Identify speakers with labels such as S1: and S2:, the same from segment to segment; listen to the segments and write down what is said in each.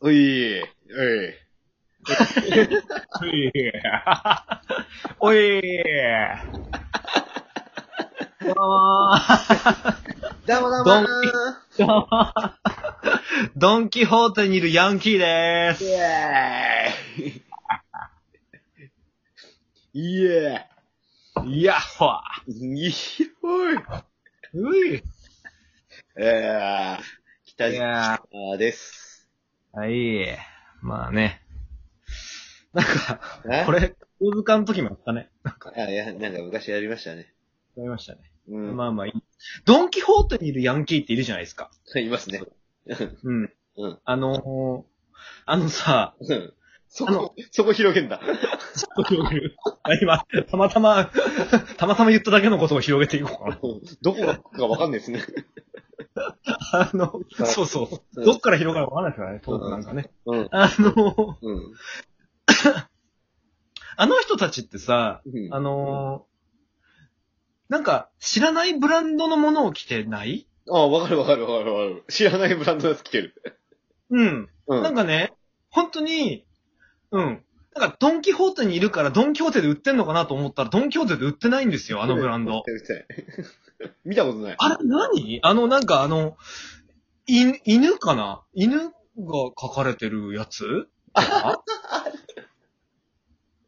S1: おい、おい。
S2: おいおいどうも
S1: どうもどうも
S2: どんーどうもドンキホーテにいるヤンキーでー
S1: イ
S2: す。
S1: エーイイエ
S2: いやっほー
S1: ーイイエーイおい
S2: おい
S1: えー、北
S2: いや
S1: 島です。
S2: はい。まあね。なんか、
S1: え
S2: これ、大塚の時もやったね。
S1: あ、いや、なんか昔やりましたね。
S2: やりましたね。
S1: うん。
S2: まあまあいい。ドンキホーテにいるヤンキーっているじゃないですか。
S1: いますね。
S2: うん。
S1: うん
S2: あのー、あのさ、
S1: うんそ
S2: あ
S1: こ
S2: の、
S1: そこ広げんだ。
S2: あ今、たまたま、たまたま言っただけのことを広げていこうかな。
S1: どこがかわかんないですね。
S2: あの、
S1: あ
S2: そうそうう。
S1: ん
S2: どっから広がるかわかんないですからね、トークなんかね。
S1: うん。
S2: あの、
S1: うん。
S2: あの人たちってさ、
S1: うん
S2: あのー、なんか、知らないブランドのものを着てない
S1: あ、わかるわかるわかるわかる。知らないブランドのやつ来てる。
S2: うん。
S1: う
S2: なん
S1: ん。
S2: かね、本当に、うん。なんか、ドンキホーテにいるから、ドンキホーテで売ってんのかなと思ったら、ドンキホーテで売ってないんですよ、あのブランド。
S1: 見たことない。
S2: あれ何あの、なんかあの、い、犬かな犬が書かれてるや つあ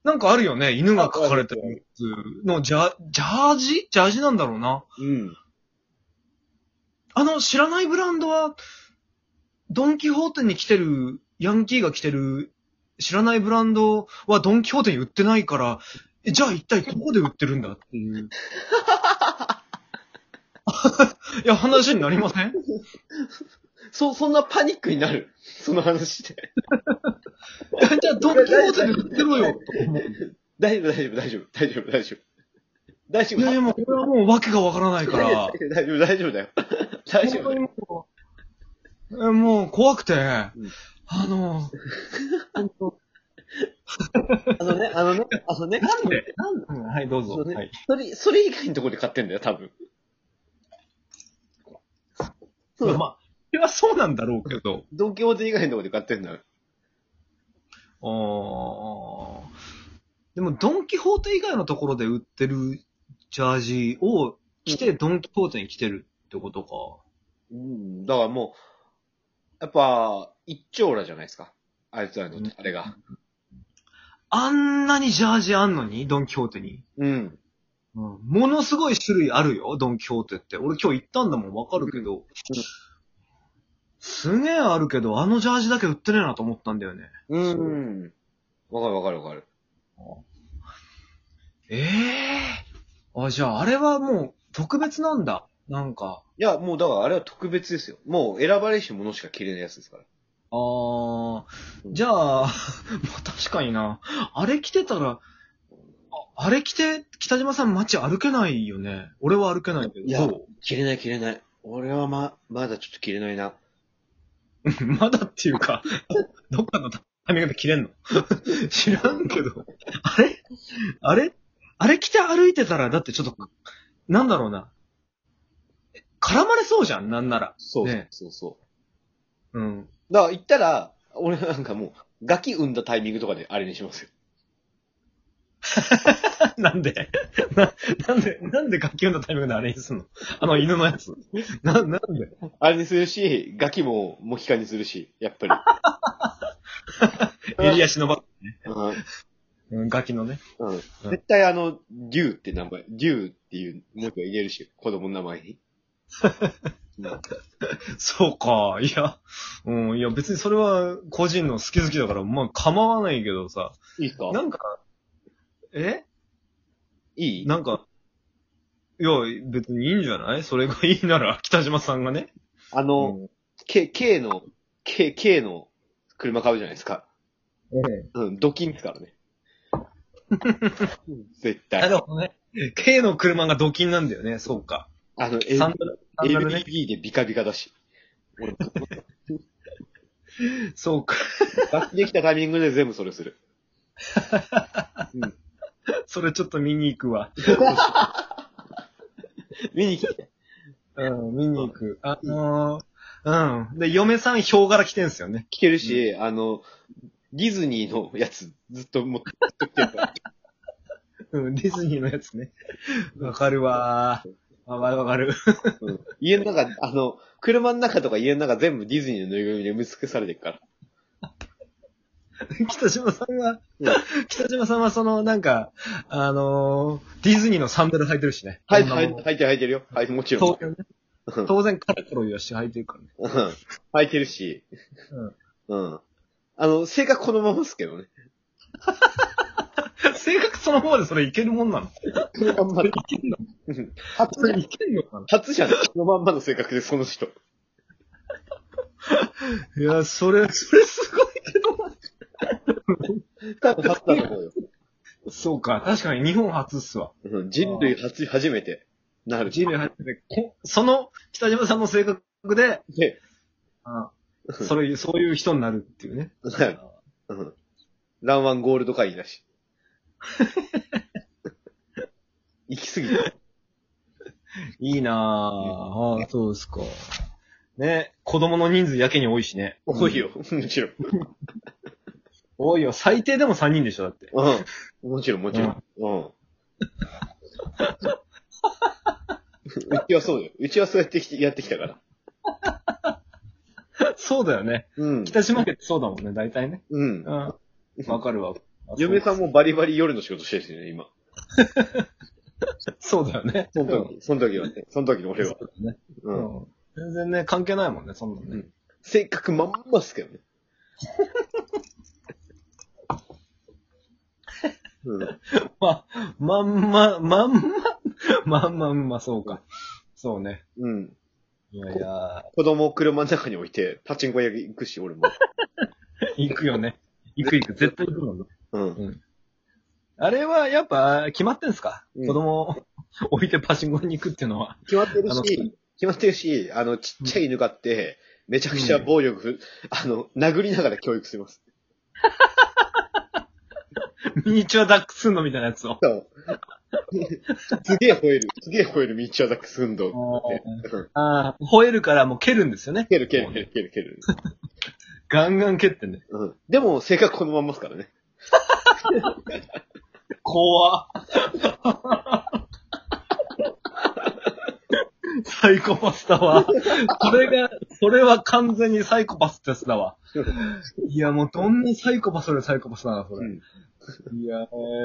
S2: なんかあるよね犬が書かれてるやつのジャ、ジャージジャージなんだろうな。
S1: うん。
S2: あの、知らないブランドは、ドンキホーテに来てる、ヤンキーが来てる、知らないブランドはドンキホーテに売ってないから、えじゃあ一体どこで売ってるんだっていう。いや、話になりません
S1: そ、そんなパニックになる。その話で。
S2: じゃあ、ドンキホーテで売ってろよ。
S1: 大丈夫、大丈夫、大丈夫、大丈夫、大丈夫。大丈
S2: い
S1: 夫。
S2: やいや、もう、これはもう訳がわからないから。
S1: 大丈夫、大丈夫だよ。大丈夫だよ。
S2: もうえもう、怖くて、あ
S1: うん
S2: の、
S1: あのね、あのね、あのね。
S2: なんではい、どう
S1: そうね
S2: はい
S1: それ、それ以外のところで買ってんだよ、多分。そうだ、
S2: まあ、それはそうなんだろうけど。
S1: ドンキホーテ以外のところで買ってんだよ。
S2: ああ。でも、ドンキホーテ以外のところで売ってるジャージを着て、ドンキホーテに来てるってことか。
S1: うん、だからもう、やっぱ、一丁羅じゃないですか。あいつらの、あれが。
S2: あんなにジャージあんのにドンキホーテに。
S1: うん。
S2: うん。ものすごい種類あるよ、ドンキホーテって。俺今日行ったんだもん、わかるけど。すげえあるけど、あのジャージだけ売ってねえなと思ったんだよね。
S1: うん。わかるわかるわかる。
S2: ええあ、じゃああれはもう特別なんだ。なんか。
S1: いや、もうだからあれは特別ですよ。もう選ばれし者しか着れないやつですから。
S2: ああ、じゃあ、 まあ確かにな。あれ着てたら、ああれ着て、北島さん街歩けないよね。俺は歩けないけど。
S1: いや
S2: ど
S1: 着れない着れない。俺はま、まだちょっと着れないな。
S2: う まだっていうか、どっかのタイミングで着れんの 知らんけど。あれあれあれ着て歩いてたら、だってちょっと、なんだろうな。え絡まれそうじゃん、なんなら。
S1: そう
S2: ね
S1: そうそ
S2: うん。
S1: う。だから行ったら、俺なんかもう、ガキ産んだタイミングとかであれにしますよ。
S2: なんで な、なんで、なんで楽器のタイミングであれにすんのあの犬のやつ。な、なんで
S1: あれにするし、ガキもモヒカンにするし、やっぱり。
S2: 襟足のば、
S1: うん
S2: うん、ガキのね。
S1: うん絶対あの、デューって名前、デューっていう文字は入れるし、子供の名前に。うん
S2: そうか、いや、うん、いや別にそれは個人の好き好きだから、まあ構わないけどさ、
S1: いいっすか
S2: なんか、え
S1: いい
S2: なんか、いや、別にいいんじゃないそれがいい なら、北島さんがね。
S1: あの、K、K の、K、K の車買うじゃないですか。うん、ドキンですからね。絶
S2: な
S1: 対。
S2: るほどね。K の車がドキンなんだよね、そうか。
S1: あの、
S2: サンダル、サンダルね。
S1: LED でビカビカだし。俺、
S2: そうか。
S1: 脱皮できたタイミングで全部それする。
S2: それちょっと見に行くわ。
S1: 見に来て。
S2: うん、見に行く。あのー、うん。で、嫁さん、ヒョウ柄着てんすよね。
S1: 着てるし、あの、ディズニーのやつずっと持ってきてるから。
S2: うん、ディズニーのやつね。 わかるわー。あわわかる。
S1: うん家の中、あの、車の中とか家の中全部ディズニーのぬいぐるみで埋め尽くされてるから。
S2: 北島さんは
S1: うん、
S2: 北島さんはその、なんか、あのー、ディズニーのサンダル履いてるしね。
S1: はい、
S2: 女
S1: は
S2: の
S1: い、
S2: 子
S1: 履いてる履いてるよ。はい、もちろん
S2: 当。然ね
S1: うん
S2: 当然、カラコロ言わして履いてるからね。
S1: うん履いてるし。うん。あの、性格このままっすけどね。
S2: 性格そのままでそれいけるもんなの
S1: このまんま
S2: それいけんの
S1: うん初
S2: そ
S1: じゃ
S2: れ
S1: ん
S2: いけんのかな
S1: 初じゃん。このまんまの性格で、その人。
S2: いや、それ、それすごいけど
S1: 多分初だと思うよ。
S2: な。そうか、確かに日本初っすわ。
S1: うん人類初、初めてなる。
S2: 人類初めて、こその北島さんの性格で、
S1: で、
S2: あそれ、そういう人になるっていうね。
S1: はいうんランワンゴールド会議だし。行き過ぎた。
S2: いいなぁ。ああ、そうですか。ね、子供の人数やけに多いしね。
S1: 多いよ。もちろん。
S2: 多いよ。最低でも3人でしょ、だって。
S1: うん。もちろん、もちろん。うん。うちはそうよ。うちはそうやってきてやってきたから。
S2: そうだよね。
S1: うん。
S2: 北島家ってそうだもんね、大体ね。
S1: うん
S2: うん。。わかるわ。
S1: 嫁さん
S2: も。
S1: もバリバリ夜の仕事してるしね、今。
S2: そうだよね。
S1: その時、その時はね。その時の俺は。
S2: そうだよね
S1: う。
S2: うんん。全然ね、関係ないもんね、そんなのね。
S1: 性格まんまっすけ どね。うん。
S2: ま、まんま、まんま、まんまんま、そうか。そうね。
S1: うん。
S2: いやいや、
S1: 子供を車の中に置いて、パチンコ屋行くし、俺も。
S2: 行くよね。行く行く、絶対行くもんね。
S1: うん。
S2: あれはやっぱ決まってんすか、
S1: うん
S2: 子供を置いてパチンコに行くっていうのは。
S1: 決まってる
S2: あの
S1: し、決まってるし、あの、ちっちゃい犬飼って、めちゃくちゃ暴力ふ、あの、殴りながら教育してます。
S2: ミニチュアダックスンドみたいなやつを。
S1: そう。 すげえ吠える。すげえ吠えるミニチュアダックス運動。うん
S2: ああ、吠えるからもう蹴るんですよね。
S1: 蹴る蹴る蹴る蹴る蹴る。
S2: ガンガン蹴ってね。
S1: うん。でも、性格このまんまっすからね。
S2: 怖サイコパスだわ。それが、それは完全にサイコパスってやつだわ。いや、もうどんなサイコパスよりサイコパスだな、それ。
S1: うん
S2: いや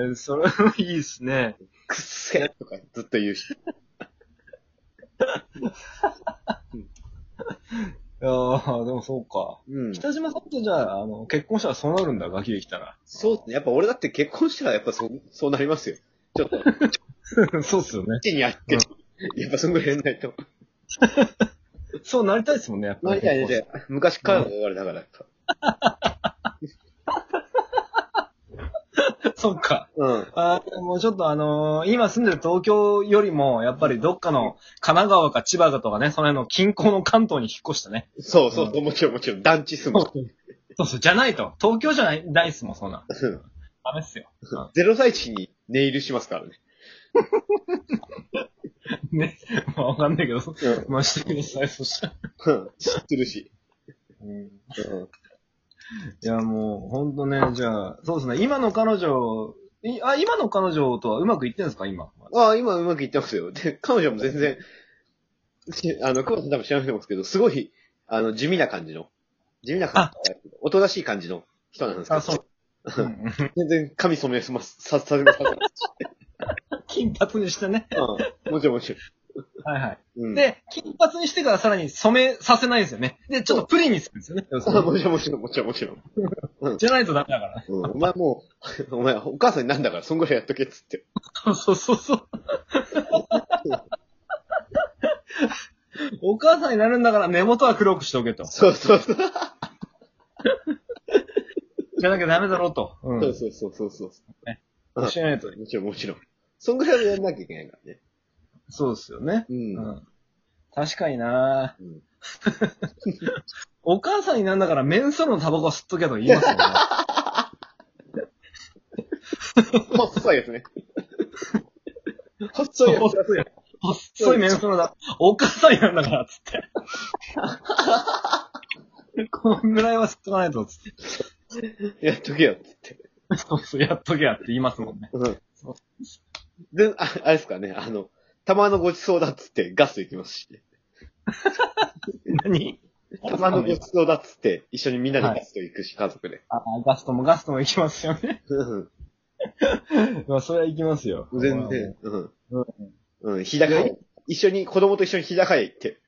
S2: ー、それはいいっすね。
S1: くっせーとかずっと言うし。
S2: いやー、でもそうか。
S1: うん。
S2: 北島さんってじゃあ、あの、結婚したらそうなるんだ、ガキできたら。
S1: そうっすね。やっぱ俺だって結婚したらやっぱそ、そうなりますよ。ちょ っと、
S2: そうっすよね。
S1: 地にあって。やっぱそんぐらいやんないと。
S2: そうなりたいっすもんね、やっぱ
S1: な
S2: り。
S1: りたいね。昔からの憧れだから。
S2: そっか。
S1: うん。
S2: あーもうちょっとあのー今住んでる東京よりも、やっぱりどっかの神奈川か千葉かとかね、その辺の近郊の関東に引っ越したね。
S1: そうそうそう、もちろんもちろん、団地住む。
S2: そうそう、じゃないと。東京じゃない、ないっすもん、そんなん。
S1: うん
S2: ダメっすよ。
S1: ゼロ歳地にネイルしますからね。
S2: ね。まあわかんないけど、そ
S1: うん
S2: まあしてください、そしたら。
S1: うん。知ってるし。
S2: いや、もう、ほんとね、じゃあ、そうですね、今の彼女、いあ、今の彼女とはうまくいってんですか、今。
S1: ああ、今うまくいってますよ。で、彼女も全然、しあの、久保田さん多分知らなくてますけど、すごい、あの、地味な感じの、地味な感じ、おとなしい感じの人なんですけ
S2: あ、
S1: ど、
S2: そう。うん
S1: 全然髪染めます、さ、さ、さ、さ、
S2: 金髪にしてね。
S1: うんもちろんもちろ
S2: はいはい。
S1: ん。うん。
S2: で、金髪にしてからさらに染めさせないんですよね。で、ちょっとプリンにするんですよね。
S1: あ もちろんもちろんもちろんもちろん。
S2: じゃないとダメだから。
S1: うん、お前もう、 お前、お母さんになんだから、そんぐらいやっとけっつって。
S2: そうそうそうそう。 お母さんになるんだから根元は黒くしておけと。
S1: そうそうそう。
S2: じゃなきゃダメだろうと。
S1: そ
S2: う。
S1: うんそうそうそうそう。
S2: 教えないと。
S1: もちろん、もちろん。そんぐらいはやんなきゃいけないからね。
S2: そうですよね。
S1: う。
S2: うんん。確かにな
S1: うん
S2: お母さんになんだからメンソールのタバコ吸っとけとか言いますよね。
S1: 細いやつね。細いやつ。
S2: 細いメンソーだ。お母さんやんだから、つ って。こんぐらいは知っとかないと、つって。
S1: やっとけよ、つって。
S2: そうそう、やっとけやって言いますもんね。
S1: うん
S2: そ。
S1: で、ああれですかね、あの、玉のごちそうだっつってガスト行きますし、
S2: 何
S1: 玉のごちそうだっつって一緒にみんなでガスト行くし、家族で。
S2: あーガストもガストも行きますよね。
S1: うん
S2: まあ、それは行きますよ。
S1: 全然。うん
S2: うん。
S1: うん、日高屋。一緒に、子供と一緒に日高屋行 って。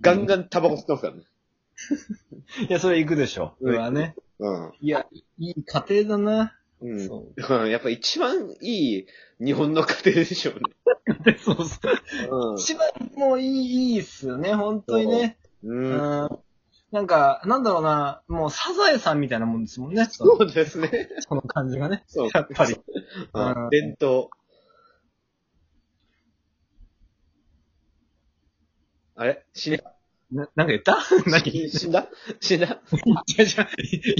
S1: ガンガンタバコ吸ってますからね。
S2: いや、それは行くでしょ。それはね。
S1: うん
S2: いや、いい家庭だな。。
S1: うん
S2: そう。
S1: うん。やっぱ一番いい日本の家庭でしょうね。
S2: でそうそう。
S1: うん
S2: 一番もういい、いいっすよね、本当にね。う
S1: うん。
S2: ん。なんか、なんだろうな、もうサザエさんみたいなもんですもんね。その
S1: そうですね。
S2: その感じがね。
S1: そう。
S2: やっぱり。
S1: うん伝統。あれ死 んだ
S2: ななんか言った何違う違
S1: 死んだ死んだ
S2: う。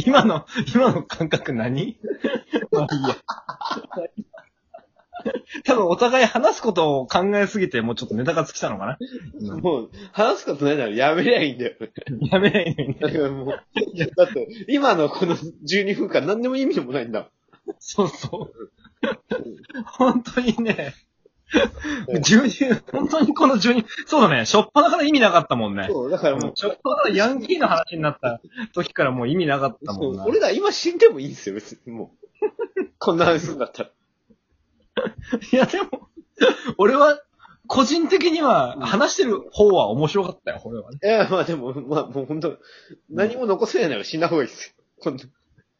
S2: 今の、今の感覚何 まあいいや。多分お互い話すことを考えすぎて、もうちょっとネタが尽きたのかな今
S1: もう、話すことないならやめりゃいいんだよ。
S2: やめないのにね。
S1: だからもう、 だって、今のこの12分間何でも意味もないんだ
S2: そうそう。本当にね、12、本当にこの12、そうだね、しょっぱなから意味なかったもんね。
S1: そう、だからもう、
S2: しょっぱなからヤンキーの話になった時からもう意味なかったもんな。
S1: 俺ら今死んでもいいんですよ、別に。もう。こんな話するんだったら。
S2: いやでも、俺は、個人的には話してる方は面白かったよ、俺 はね。
S1: いや、まあでも、まあもう本当何も残せないなら死んだ方がいいですよ。こんな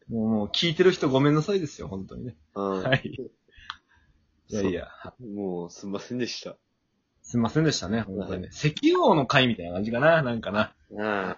S2: もうもう聞いてる人ごめんなさいですよ、本当にね。
S1: うん
S2: はい。いやいや、
S1: もう、すんませんでした。
S2: すいませんでしたね、本当にね。石油王の会みたいな感じかな、なんかな。
S1: ああ。